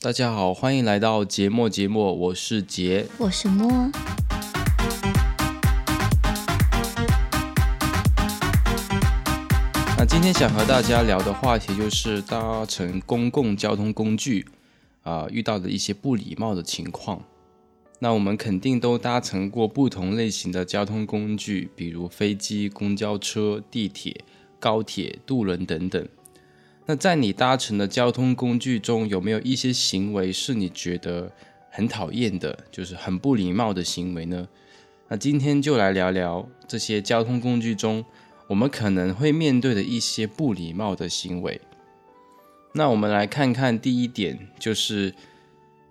大家好，欢迎来到节目节目，我是杰。我是摸，那今天想和大家聊的话题就是搭乘公共交通工具啊、遇到的一些不礼貌的情况。那我们肯定都搭乘过不同类型的交通工具，比如飞机、公交车、地铁、高铁、渡轮等等。那在你搭乘的交通工具中，有没有一些行为是你觉得很讨厌的，就是很不礼貌的行为呢？那今天就来聊聊这些交通工具中我们可能会面对的一些不礼貌的行为。那我们来看看第一点，就是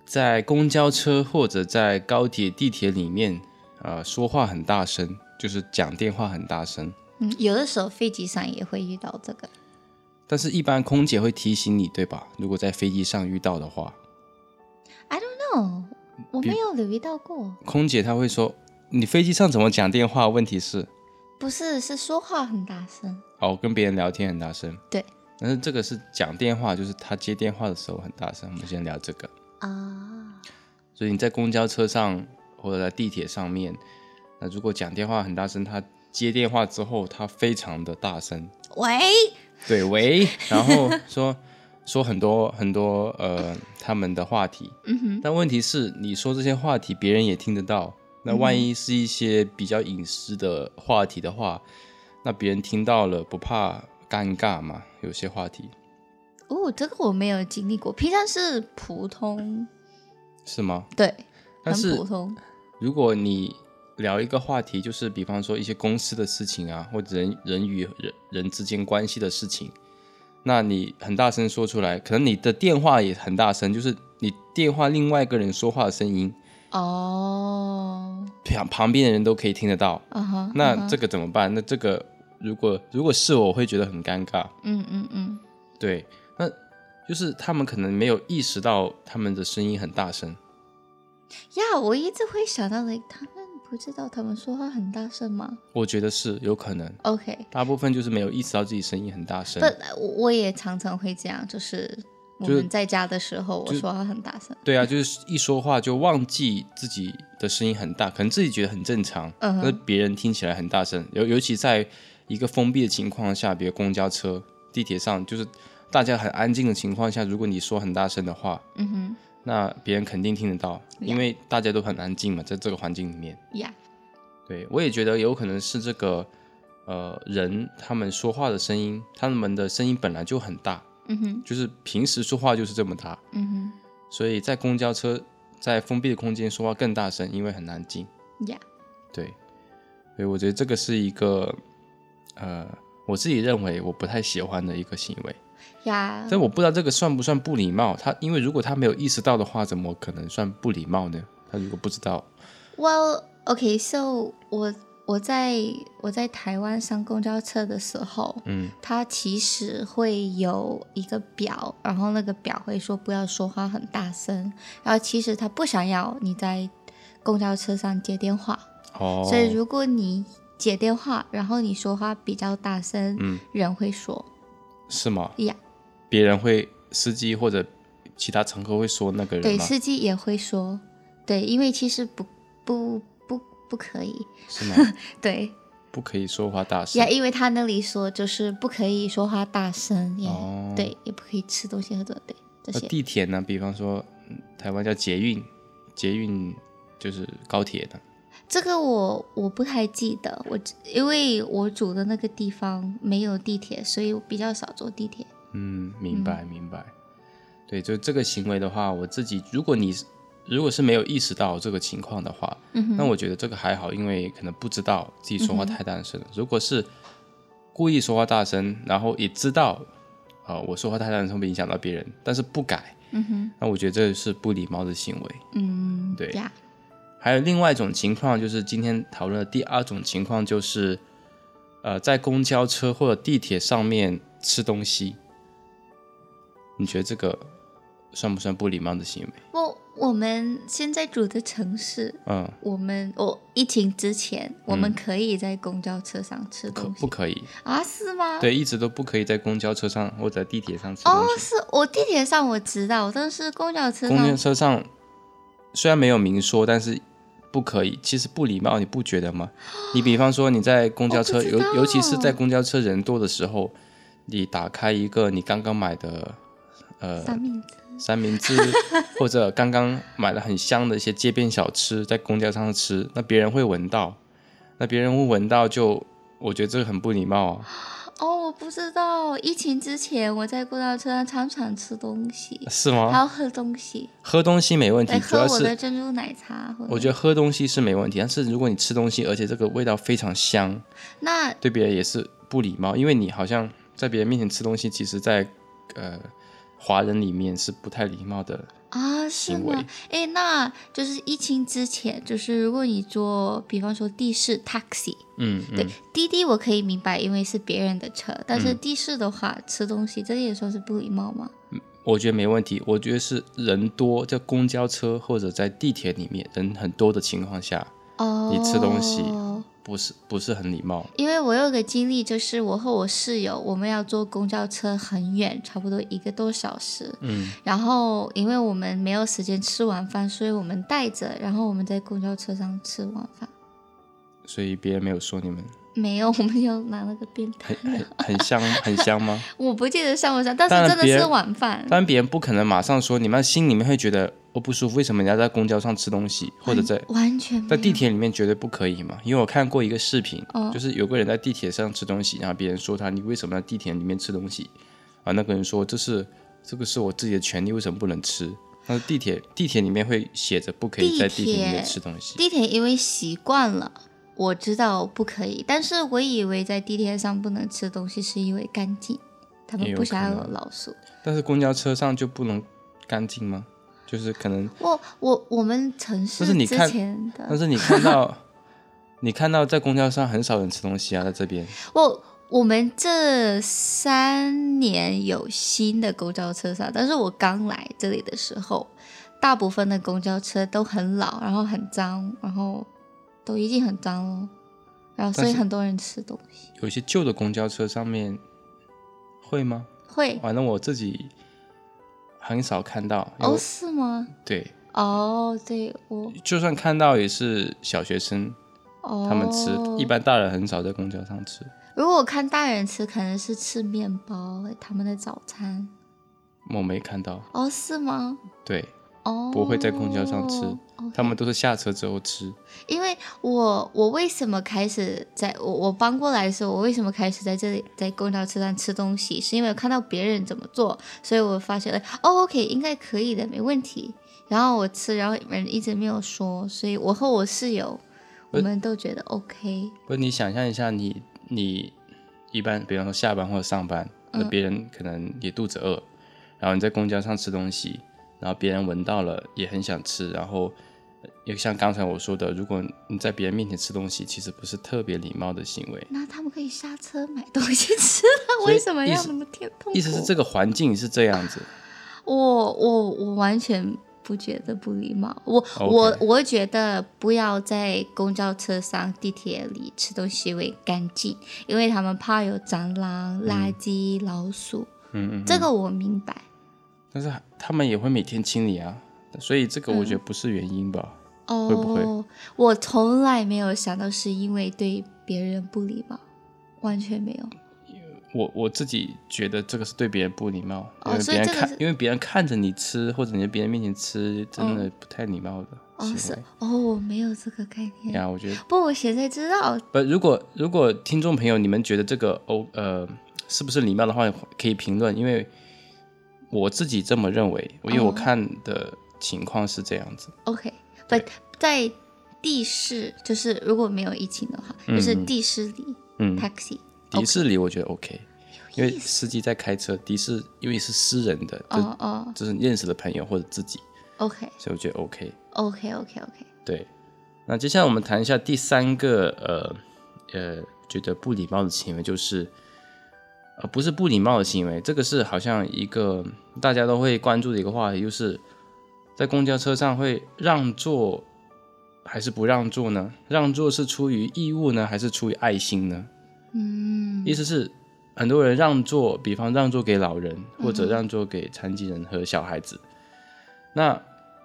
在公交车或者在高铁、地铁里面，呃，说话很大声，就是讲电话很大声。嗯，有的时候飞机上也会遇到这个，但是，一般空姐会提醒你，对吧？如果在飞机上遇到的话， no，我哦没有留意到过，空姐她会说：“你飞机上怎么讲电话？”问题是，不是，是说话很大声，哦，跟别人聊天很大声。对但是这个是讲电话，就是他接电话的时候很大声。我们先聊这个。啊，所以你在公交车上或者在地铁上面，那如果讲电话很大声，他接电话之后，他非常的大声，喂，对 喂，然后说说很多很多呃他们的话题，嗯哼，但问题是你说这些话题别人也听得到，那嗯万一是一些比较隐私的话题的话，那别人听到了不怕尴尬吗？有些话题哦，这个我没有经历过，平常是普通，是吗？ 对，但很是普通，如果你聊一个话题，就是比方说一些公司的事情啊，或者人人与人人之间关系的事情，那你很大声说出来，可能你的电话也很大声，就是你电话另外一个人说话的声音，哦，旁旁边的人都可以听得到。啊哈，那这个怎么办？那这个如果如果是我，我会觉得很尴尬。嗯嗯嗯，对，那就是他们可能没有意识到他们的声音很大声。呀，我一直会想到 like 他们不知道他们说话很大声吗我觉得是有可能， ？OK，大部分就是没有意识到自己声音很大声不。，我我也常常会这样，就是我就是们在家的时候，我就是说话很大声，对啊，就是一说话就忘记自己的声音很大，可能自己觉得很正常，嗯那、哼别人听起来很大声。尤尤其在一个封闭的情况下，比如公交车、地铁上，就是大家很安静的情况下，如果你说很大声的话，嗯哼。那别人肯定听得到， Yeah 因为大家都很安静嘛，在这个环境里面。呀，对我也觉得有可能是这个，呃，人他们说话的声音，他们的声音本来就很大，嗯哼，就是平时说话就是这么大，嗯所以在公交车在封闭的空间说话更大声，因为很安静。哼，呀，对，所以我觉得这个是一个，呃，我自己认为我不太喜欢的一个行为，呀，但我不知道这个算不算不礼貌。他因为如果他没有意识到的话，怎么可能算不礼貌呢？他如果不知道， Well, OK, so 我我在我在台湾上公交车的时候，嗯，它其实会有一个表，然后那个表会说不要说话很大声，然后其实他不想要你在公交车上接电话，哦，所以如果你接电话，然后你说话比较大声，嗯人会说是吗？呀，别人啊会司机或者其他乘客会说那个人对，吗？司机也会说，对，因为其实不不不不可以，是吗？ 对，不可以说话大声呀，因为他那里说就是不可以说话大声，也、哦对，也不可以吃东西、喝东西，对这那些。地铁呢？比方说，嗯台湾叫捷运，捷运就是高铁的。这个我我不太记得，我只因为我住的那个地方没有地铁，所以我比较少坐地铁。嗯，明白明白。对，就这个行为的话，我自己如果你是如果是没有意识到这个情况的话，嗯哼那我觉得这个还好，因为可能不知道自己说话太大嗯声了。如果是故意说话大声，然后也知道啊、呃我说话太大声会影响到别人，但是不改，嗯哼，那我觉得这是不礼貌的行为。嗯，对呀，还有另外一种情况，就是今天讨论的第二种情况，就是呃，在公交车或者地铁上面吃东西，你觉得这个算不算不礼貌的行为？我我们现在住的城市，嗯，我们我疫情之前，我们可以在公交车上吃可东西不可以？啊？是吗？对，一直都不可以在公交车上或者地铁上吃哦东，西。是我地铁上我知道，但是公交车公交上车上虽然没有明说，但是不可以。其实不礼貌，你不觉得吗？你比方说你在公交车，哦我不知尤道尤其是在公交车人多的时候，你打开一个你刚刚买的呃三明治三明 治，或者刚刚买了很香的一些街边小吃，在公交车上吃，那别人会闻到，那别人会闻到就，我觉得这个很不礼貌啊。哦，我不知道。疫情之前我在公交车上常常吃东西，是还吗？有喝东西，喝东西啊没问题来，主喝要我的是珍珠奶茶。或者我觉得喝东西是没问题，但是如果你吃东西，而且这个味道非常香，那对别人也是不礼貌，因为你好像在别人面前吃东西，其实在呃华人里面是不太礼貌的。啊，是行为吗？哎，那就是疫情之前，就是如果你坐，比方说的士 taxi，嗯对嗯，滴滴我可以明白，因为是别人的车，但是的士的话，吃东西这也算是不礼貌吗？我觉得没问题。我觉得是人多，在公交车或者在地铁里面人很多的情况下，哦，你吃东西不是不是很礼貌。因为我有个经历，就是我和我室友，我们要坐公交车很远，差不多一个多小时。嗯，然后因为我们没有时间吃晚饭，所以我们带着，然后我们在公交车上吃晚饭。所以别人没有说你们没有，我们就拿那个便当很。很很香很香吗？ 我不记得上不上，但当是然真的别是人晚饭。当然别人不可能马上说，你们心里面会觉得我不舒服，为什么人家在公交上吃东西，或者在完全没在有地铁里面绝对不可以嘛？因为我看过一个视频，哦就是有个人在地铁上吃东西，然后别人说他你为什么在地铁里面吃东西？啊，那个人说这是这个是我自己的权利，为什么不能吃？但是地铁地铁里面会写着不可以在地铁里面吃东西。地铁因为习惯了，我知道不可以，但是我以为在地铁上不能吃东西是因为干净，他也们有不想要可有能老鼠。但是公交车上就不能干净吗？就是可能，我我我们城市但是你之看前但的，是你看到 你看到在公交上很少人吃东西啊，在这边我我们这三年有新的公交车上，但是我刚来这里的时候，大部分的公交车都很老，然后很脏，然后都已经很脏了，然后所以但是很多人吃东西有一些旧的公交车上面会吗？会。反正我自己很少看到。因为哦，是吗？对，哦，对我就算看到也是小学生哦，他们吃，一。般大人很少在公交上吃。如果我看大人吃，可能是吃面包，他们的早餐。我没看到，哦，是吗？对哦，不会在公交上吃 OK 他们都是下车之后吃。因为我我为什么开始在我我搬过来的时候，我为什么开始在这里在公交车上吃东西，是因为我看到别人怎么做，所以我发现了哦，OK，应该可以的，没问题。然后我吃，然后人一直没有说，所以我和我室友，呃我们都觉得 OK。不是你想象一下你，你一般，比方说下班或者上班，嗯那别人可能也肚子饿，然后你在公交上吃东西，然后别人闻到了也很想吃，然后呃也像刚才我说的，如果你在别人面前吃东西，其实不是特别礼貌的行为。那他们可以下车买东西吃，那所以为什么意要思那么天痛苦？意思是这个环境是这样子，我我我完全不觉得不礼貌，我我 OK 我觉得不要在公交车上、地铁里吃东西为干净，因为他们怕有蟑螂、垃圾、老鼠，嗯嗯，这个我明白。但是他们也会每天清理啊，所以这个我觉嗯得不是原因吧。哦，会不会我从来没有想到是因为对别人不礼貌，完全没有。我我自己觉得这个是对别人不礼貌，哦因为所以别人这个看是，因为别人看着你吃，或者你在别人面前吃，真的不太礼貌的嗯哦，行是为。哦，我没有这个概念。呀，我觉得，不，我现在知道不，如果如果听众朋友你们觉得这个哦呃是不是礼貌的话，可以评论，因为我自己这么认为，因为我哦看的情况是这样子。 OK，不对在地市，就是如果没有疫情的话，就是嗯嗯地市里、嗯， taxi 迪士尼我觉得 OK，因有为意思司机在开车，迪士因为是私人的，就哦哦就是认识的朋友或者自己， ，OK 所以我觉得 OK。 OK OK OK，对，那接下来我们谈一下第三个呃呃，觉得不礼貌的行为，就是呃，不是不礼貌的行为，这个是好像一个大家都会关注的一个话题，就是在公交车上会让座还是不让座呢？让座是出于义务呢，还是出于爱心呢？嗯意思是很多人让座，比方让座给老人，或者让座给残疾人和小孩子。那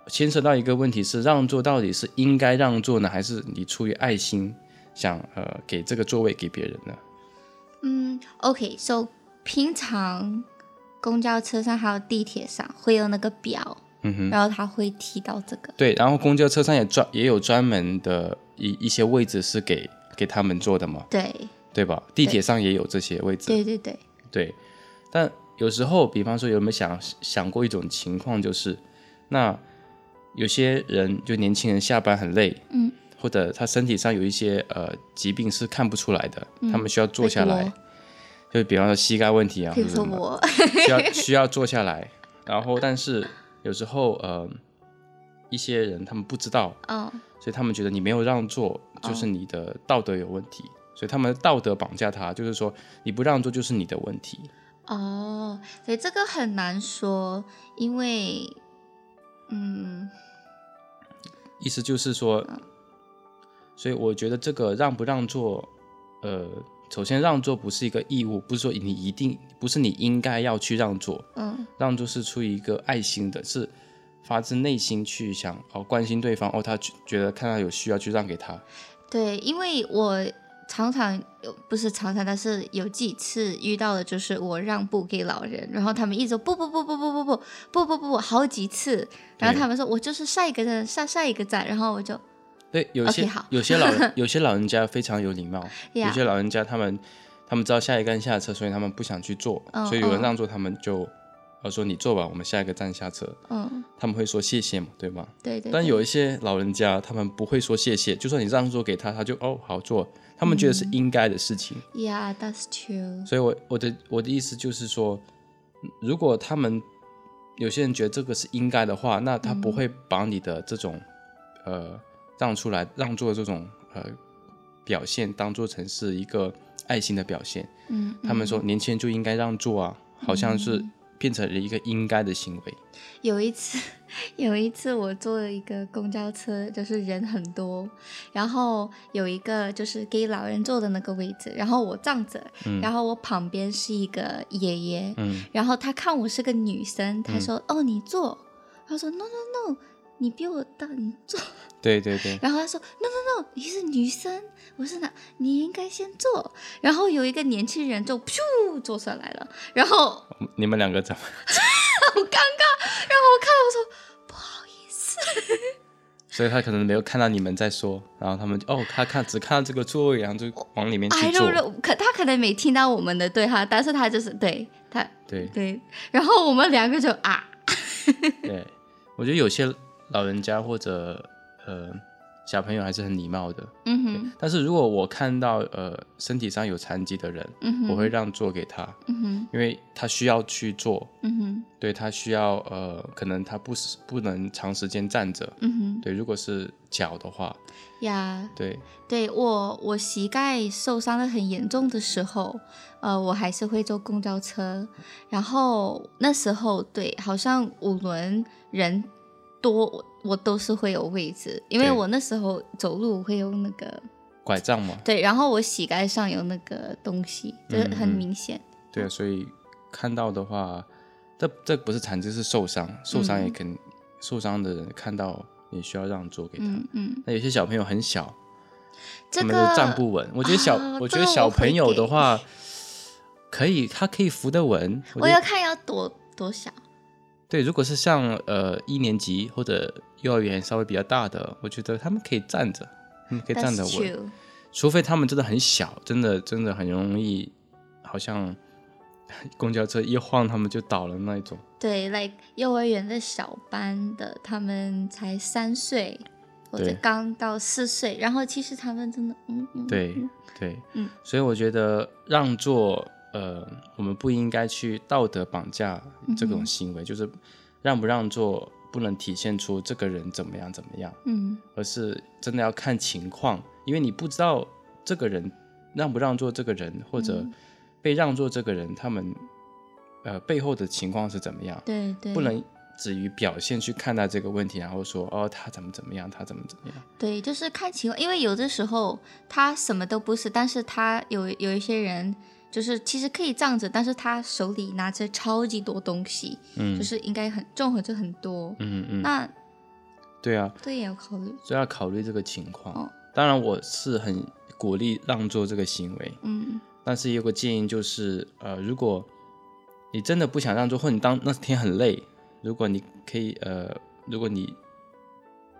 牵扯到一个问题是，让座到底是应该让座呢，还是你出于爱心想呃给这个座位给别人呢？嗯，OK，so、平常公交车上还有地铁上会有那个表，嗯哼，然后他会提到这个。对。然后公交车上也专也有专门的一一些位置是给给他们坐的嘛，对对吧？地铁上也有这些位置。对对对，对，但有时候，比方说，有没有想想过一种情况，就是那有些人就年轻人下班很累，嗯，或者他身体上有一些呃疾病是看不出来的，嗯他们需要坐下来，就比方说膝盖问题啊，比如或者说什么我， 需要需要坐下来，然后但是有时候呃一些人他们不知道，嗯所以他们觉得你没有让座，哦就是你的道德有问题。所以他们的道德绑架他，就是说你不让座就是你的问题。哦，所以这个很难说，因为嗯意思就是说，所以我觉得这个让不让座，呃，首先让座不是一个义务，不是说你一定，不是你应该要去让座，嗯让座是出于一个爱心的，是发自内心去想哦关心对方哦，他觉觉得看到有需要去让给他，对，因为我常常有不是常常，但是有几次遇到的就是我让步给老人，然后他们一直不不不不不不不不不不不好几次，然后对他们说我就是下一个站下下一个站，然后我就对，有些 OK，好有些老人 有些老人家非常有礼貌，有呀些老人家他们他们知道下一个站下车，所以他们不想去坐，嗯所以有人嗯让座，他们就呃说你坐吧，我们下一个站下车，嗯他们会说谢谢嘛，对吗？对对，但对有一些老人家，他们不会说谢谢，就算你让座给他，他就哦好做，他们觉得嗯是应该的事情。 Yeah, that's true. 所以我，我的我的意思就是说，如果他们有些人觉得这个是应该的话，那他嗯不会把你的这种、呃让出来让座的这种呃表现当做成是一个爱心的表现。嗯，他们说年轻人就应该让座啊，好像是变成了一个应该的行为。有一次， 有一次我坐了一个公交车，就是人很多，然后有一个就是给老人坐的那个位置，然后我站着，然后我旁边是一个爷爷，嗯然后他看我是个女生，他说：“哦，你坐。”他说：“No No No，你比我大，你坐。”对对对，然后他说：“No No No，你是女生，我是男，你应该先坐。”然后有一个年轻人就噗坐上来了，然后 你们两个怎么？好尴尬。然后我看到我说不好意思，所以他可能没有看到你们在说，然后他们就哦，他看只看到这个座位，然后就往里面去 I 坐 don't。know，可他可能没听到我们的对话，但是他就是对他对对，然后我们两个就啊，对，我觉得有些老人家或者呃小朋友还是很礼貌的，嗯哼，但是如果我看到呃身体上有残疾的人，嗯哼，我会让座给他，嗯哼，因为他需要去坐，嗯哼，对他需要呃，可能他不是不能长时间站着，嗯哼，对，如果是脚的话，呀、对，对我我膝盖受伤的很严重的时候，呃，我还是会坐公交车。然后那时候对，好像五轮人多，我我都是会有位置，因为对我那时候走路会用那个拐杖嘛，对，然后我膝盖上有那个东西，就是很嗯嗯明显。对，所以看到的话，这这不是残疾，是受伤，嗯受伤也肯、受伤的人看到也需要让座给他。嗯嗯，那有些小朋友很小，这他个们都站不稳。我觉得小，啊我这觉个得小我会朋友的给话，可以，他可以扶得稳。我觉要得看要多多小。对，如果是像呃一年级或者幼儿园稍微比较大的，我觉得他们可以站着，他们可以站 That's 得稳。 true。除非他们真的很小，真的真的很容易，好像公交车一晃他们就倒了那一种。对，like 幼儿园的小班的，他们才三岁或者对刚到四岁，然后其实他们真的，嗯，嗯对嗯对，嗯，所以我觉得让座，呃，我们不应该去道德绑架这嗯种行为，就是让不让座不能体现出这个人怎么样怎么样，嗯而是真的要嗯看情况，因为你不知道这个人让不让座，这个人或者被让座这个人，他们呃背后的情况是怎么样，对对，不能只于表现去看待这个问题，然后说哦他怎么怎么样，他怎么怎么样。对，就是看情况，因为有的时候他什么都不是，但是他有有一些人就是其实可以这样子，但是他手里拿着超级多东西，嗯就是应该很重合就很多，嗯嗯，那对啊，这也要考虑，所以要考虑这个情况。哦当然，我是很鼓励让座这个行为，嗯但是也有个建议就是，呃，如果你真的不想让座，或者你当那天很累，如果你可以，呃，如果你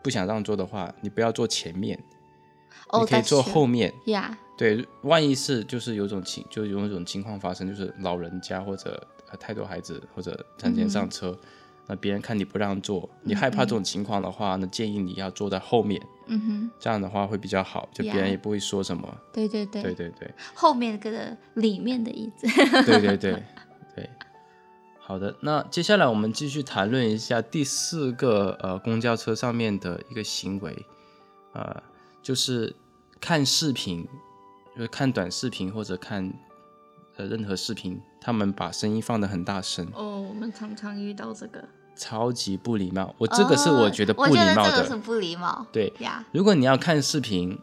不想让座的话，你不要坐前面，哦，你可以 that's 坐 true 后面。呀对，万一是就是有种情，就是有一种情况发生，就是老人家或者呃太多孩子或者成年上车，嗯那别人看你不让座，你害怕这种情况的话，那建议你要坐在后面，嗯这样的话会比较好，就别 Yeah 人也不会说什么哼。，对对对，对对对。后面跟里面的椅子，对 对对对，好的。那接下来我们继续谈论一下第四个呃公交车上面的一个行为，呃，就是看视频，就是看短视频或者看呃任何视频，他们把声音放得很大声， 哦，我们常常遇到这个，超级不礼貌。我这个是我觉得不哦我礼觉得貌这的。个是不礼貌，对，呀，如果你要看视频，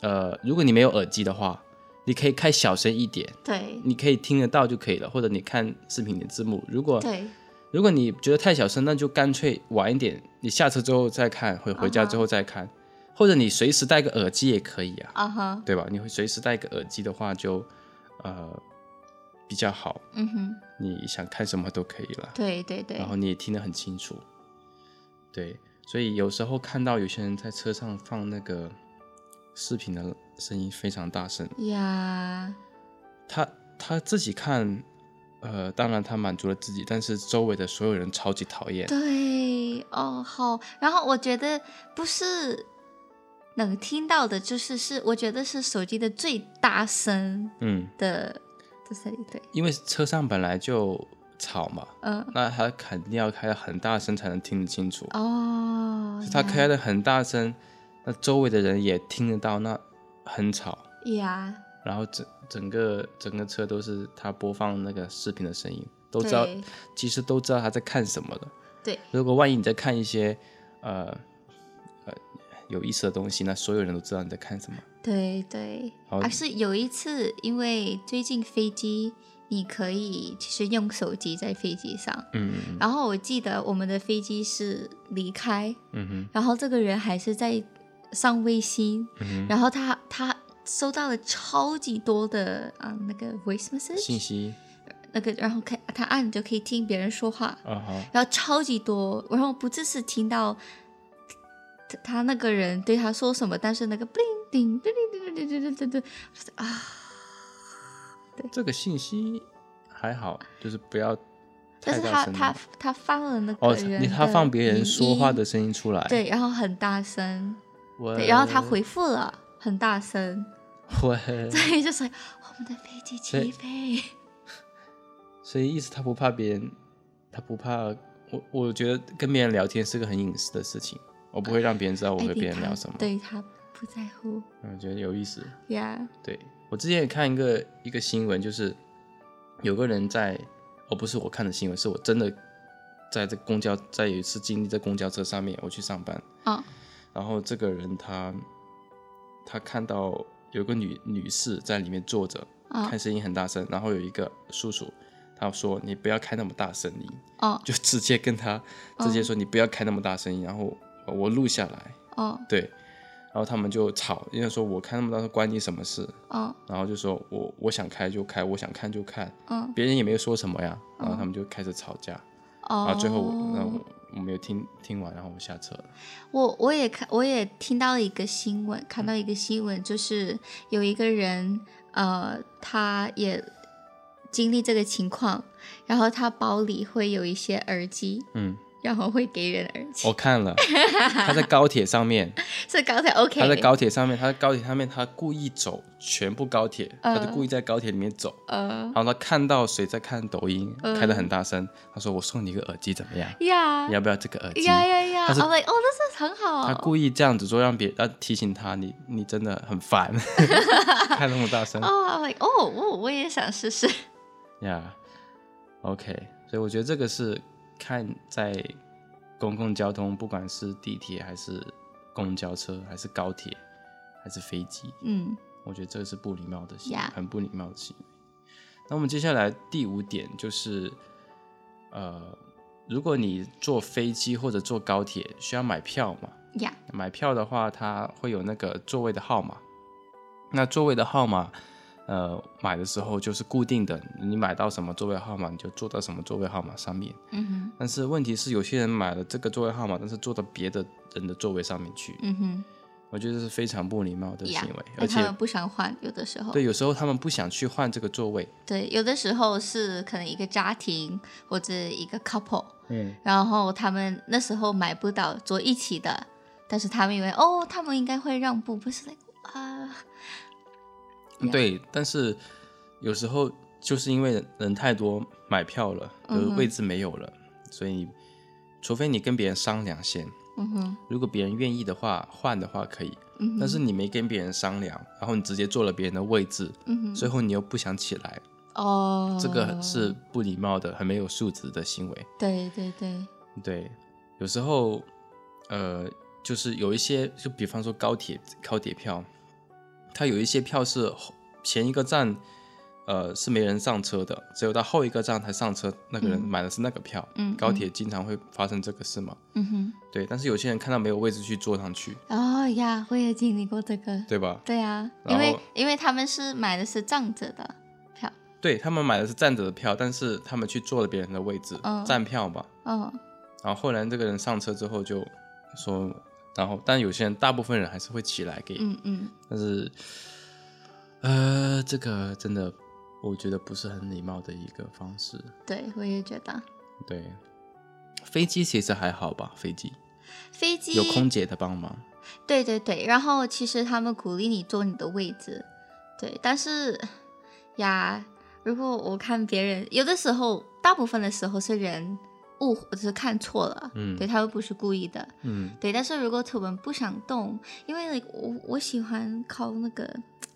呃，如果你没有耳机的话，你可以开小声一点，对你可以听得到就可以了，或者你看视频的字幕。如果对，如果你觉得太小声，那就干脆晚一点，你下车之后再看，回啊回家之后再看或者你随时戴个耳机也可以啊，啊哈，对吧？你会随时戴个耳机的话就，呃比较好，嗯哼，你想看什么都可以了，对对对然，后你也听得很清楚，对，所以有时候看到有些人在车上放那个视频的声音非常大声，呀，他他自己看，呃，当然他满足了自己，但是周围的所有人超级讨厌。对，哦，好。然后我觉得不是能听到的，就是是我觉得是手机的最大声嗯，的的声音，对，因为车上本来就吵嘛，嗯，那他肯定要开的很大声才能听得清楚。哦，他呀开的很大声，那周围的人也听得到，那很吵。呀，然后整整个整个车都是他播放那个视频的声音，都知道对，其实都知道他在看什么的。对，如果万一你在看一些呃呃有意思的东西，那所有人都知道你在看什么。对对，好而是有一次，因为最近飞机你可以其实用手机在飞机上，嗯嗯嗯然后我记得我们的飞机是离开，嗯哼然后这个人还是在上卫星，嗯然后他他收到了超级多的啊、那个 voice 哼，信 message，息那个然后看他按就可以听别人说话，啊哈，然后超级多，然后不只是听到他他那个人对他说什么，但是那个 bling 叮叮叮叮叮叮叮叮，这个信息还好，就是不要太但是大他声了。他他放了那个哦，人、你他放别人说话的，声音出来，对，然后很大声，我，对，然 后呃他回复了很大声，嗯我，所以就是我们的飞机起飞。所以意思他不怕别人，他不怕我。我觉得跟别人聊天是个很隐私的事情，我不会让别人知道我艾和迪别人聊哎他什么。对他不在乎嗯，我觉得有意思。呀对我之前也看一个一个新闻，就是有个人在，哦，不是我看的新闻，是我真的在这个公交，在有一次经历在公交车上面，我去上班，啊然后这个人他他看到有个女女士在里面坐着，啊看声音很大声，然后有一个叔叔，他说你不要开那么大声音，哦就直接跟他啊直接说你不要开那么大声音，然后呃我录下来，哦对，然后他们就吵，因为说我开那么大声关你什么事，哦然后就说我我想开就开，我想看就看，嗯别人也没有说什么呀，然后他们就开始吵架，然哦，后最后我那我我没有听听完，然后我下车了，我我也看，我也听到一个新闻，看嗯到一个新闻，就是有一个人，呃，他也经历这个情况，然后他包里会有一些耳机，嗯。 哦然后会给人耳机，我看了，他在高铁上面，这刚才 OK，他在高铁上面，他在高铁上面，他故意走全部高铁，他就嗯故意在高铁里面走，呃然后他看到谁在嗯看抖音，开的很大声，他说我送你一个耳机怎么样？呀你要不要这个耳机？呀呀呀，呀、是 i m like，哦，那是很好。他故意这样子做，让别呃提醒他，你你真的很烦， 开那么大声 哦、i m like，哦，我我也想试试。呀。OK，所以我觉得这个是看在公共交通，不管是地铁还是公交车，还是高铁，还是飞机，嗯我觉得这是不礼貌的行为 Yeah 很不礼貌的行为。那我们接下来第五点就是，呃，如果你坐飞机或者坐高铁需要买票嘛，呀买票的话，它会有那个座位的号码。那座位的号码，呃，买的时候就是固定的，你买到什么座位号码，你就坐到什么座位号码上面。嗯但是问题是，有些人买了这个座位号码，但是坐到别的人的座位上面去哼，，嗯哼我觉得这是非常不礼貌的呀行为，那而他们且不想换，有的时候对，有时候他们不想去换这个座位。对，有的时候是可能一个家庭或者一个 couple，嗯，然后他们那时候买不到坐一起的，但是他们以为哦，他们应该会让步，不是 like 啊，呀对，但是有时候就是因为人人太多买票了，就是嗯哼位置没有了，所以除非你跟别人商量先。嗯哼，如果别人愿意的话，换的话可以。嗯哼，但是你没跟别人商量，然后你直接坐了别人的位置，嗯哼，最后你又不想起来，哦，这个是不礼貌的，很没有素质的行为。对对对，对，有时候，呃，就是有一些，就比方说高铁高铁票，它有一些票是后前一个站，呃，是没人上车的，只有到后一个站才上车，那个人买的是那个票。嗯高铁经常会发生这个事嘛。嗯哼，对，但是有些人看到没有位置去坐上去，哦呀，我也经历过这个，对吧？对啊，然因后为因为他们是买的是站着的票，对他们买的是站着的票，但是他们去坐了别人的位置，嗯站票嘛。嗯然后后来这个人上车之后就说，然后但有些人大部分人还是会起来给，嗯嗯，但是呃，这个真的我觉得不是很礼貌的一个方式。对我也觉得对，飞机其实还好吧，飞机飞机有空姐的帮忙。对对对，然后其实他们鼓励你坐你的位置，对，但是呀，如果我看别人，有的时候，大部分的时候是人误就是看错了，嗯对他们不是故意的，嗯，对，但是如果他们不想动，因为 like, 我我喜欢靠那个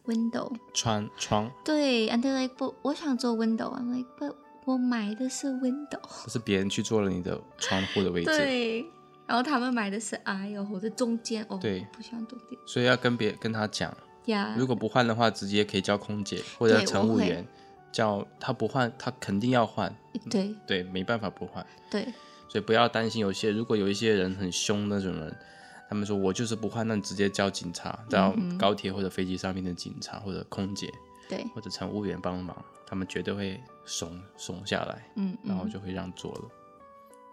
window，窗窗对，and they're like 不，我想坐 window，I'm like but 我买的是 window，不是别人去坐了你的窗户的位置，对，然后他们买的是 aisle 或者中间，哦，对我不喜欢中间所以要跟别跟他讲。呀如果不换的话，直接可以叫空姐或者对乘我务会员，叫他不换，他肯定要换，对对，没办法不换，对。所以不要担心。有些如果有一些人很凶那种人，他们说我就是不换，那你直接叫警察，叫高铁或者飞机上面的警察或者空姐对，或者乘务员帮忙，他们绝对会怂怂下来，嗯，然后嗯就会让座了。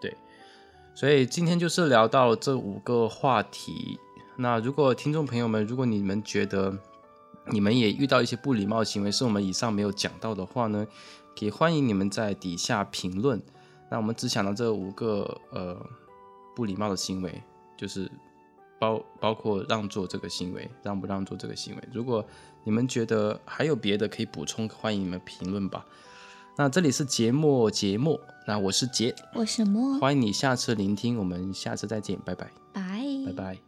对，所以今天就是聊到这五个话题。那如果听众朋友们，如果你们觉得你们也遇到一些不礼貌行为，是我们以上没有讲到的话呢，也欢迎你们在底下评论。那我们只想到这五个呃不礼貌的行为，就是包包括让座这个行为，让不让座这个行为。如果你们觉得还有别的可以补充，欢迎你们评论吧。那这里是节目节目，那我是杰，我什么？欢迎你下次聆听，我们下次再见，拜拜，拜拜拜。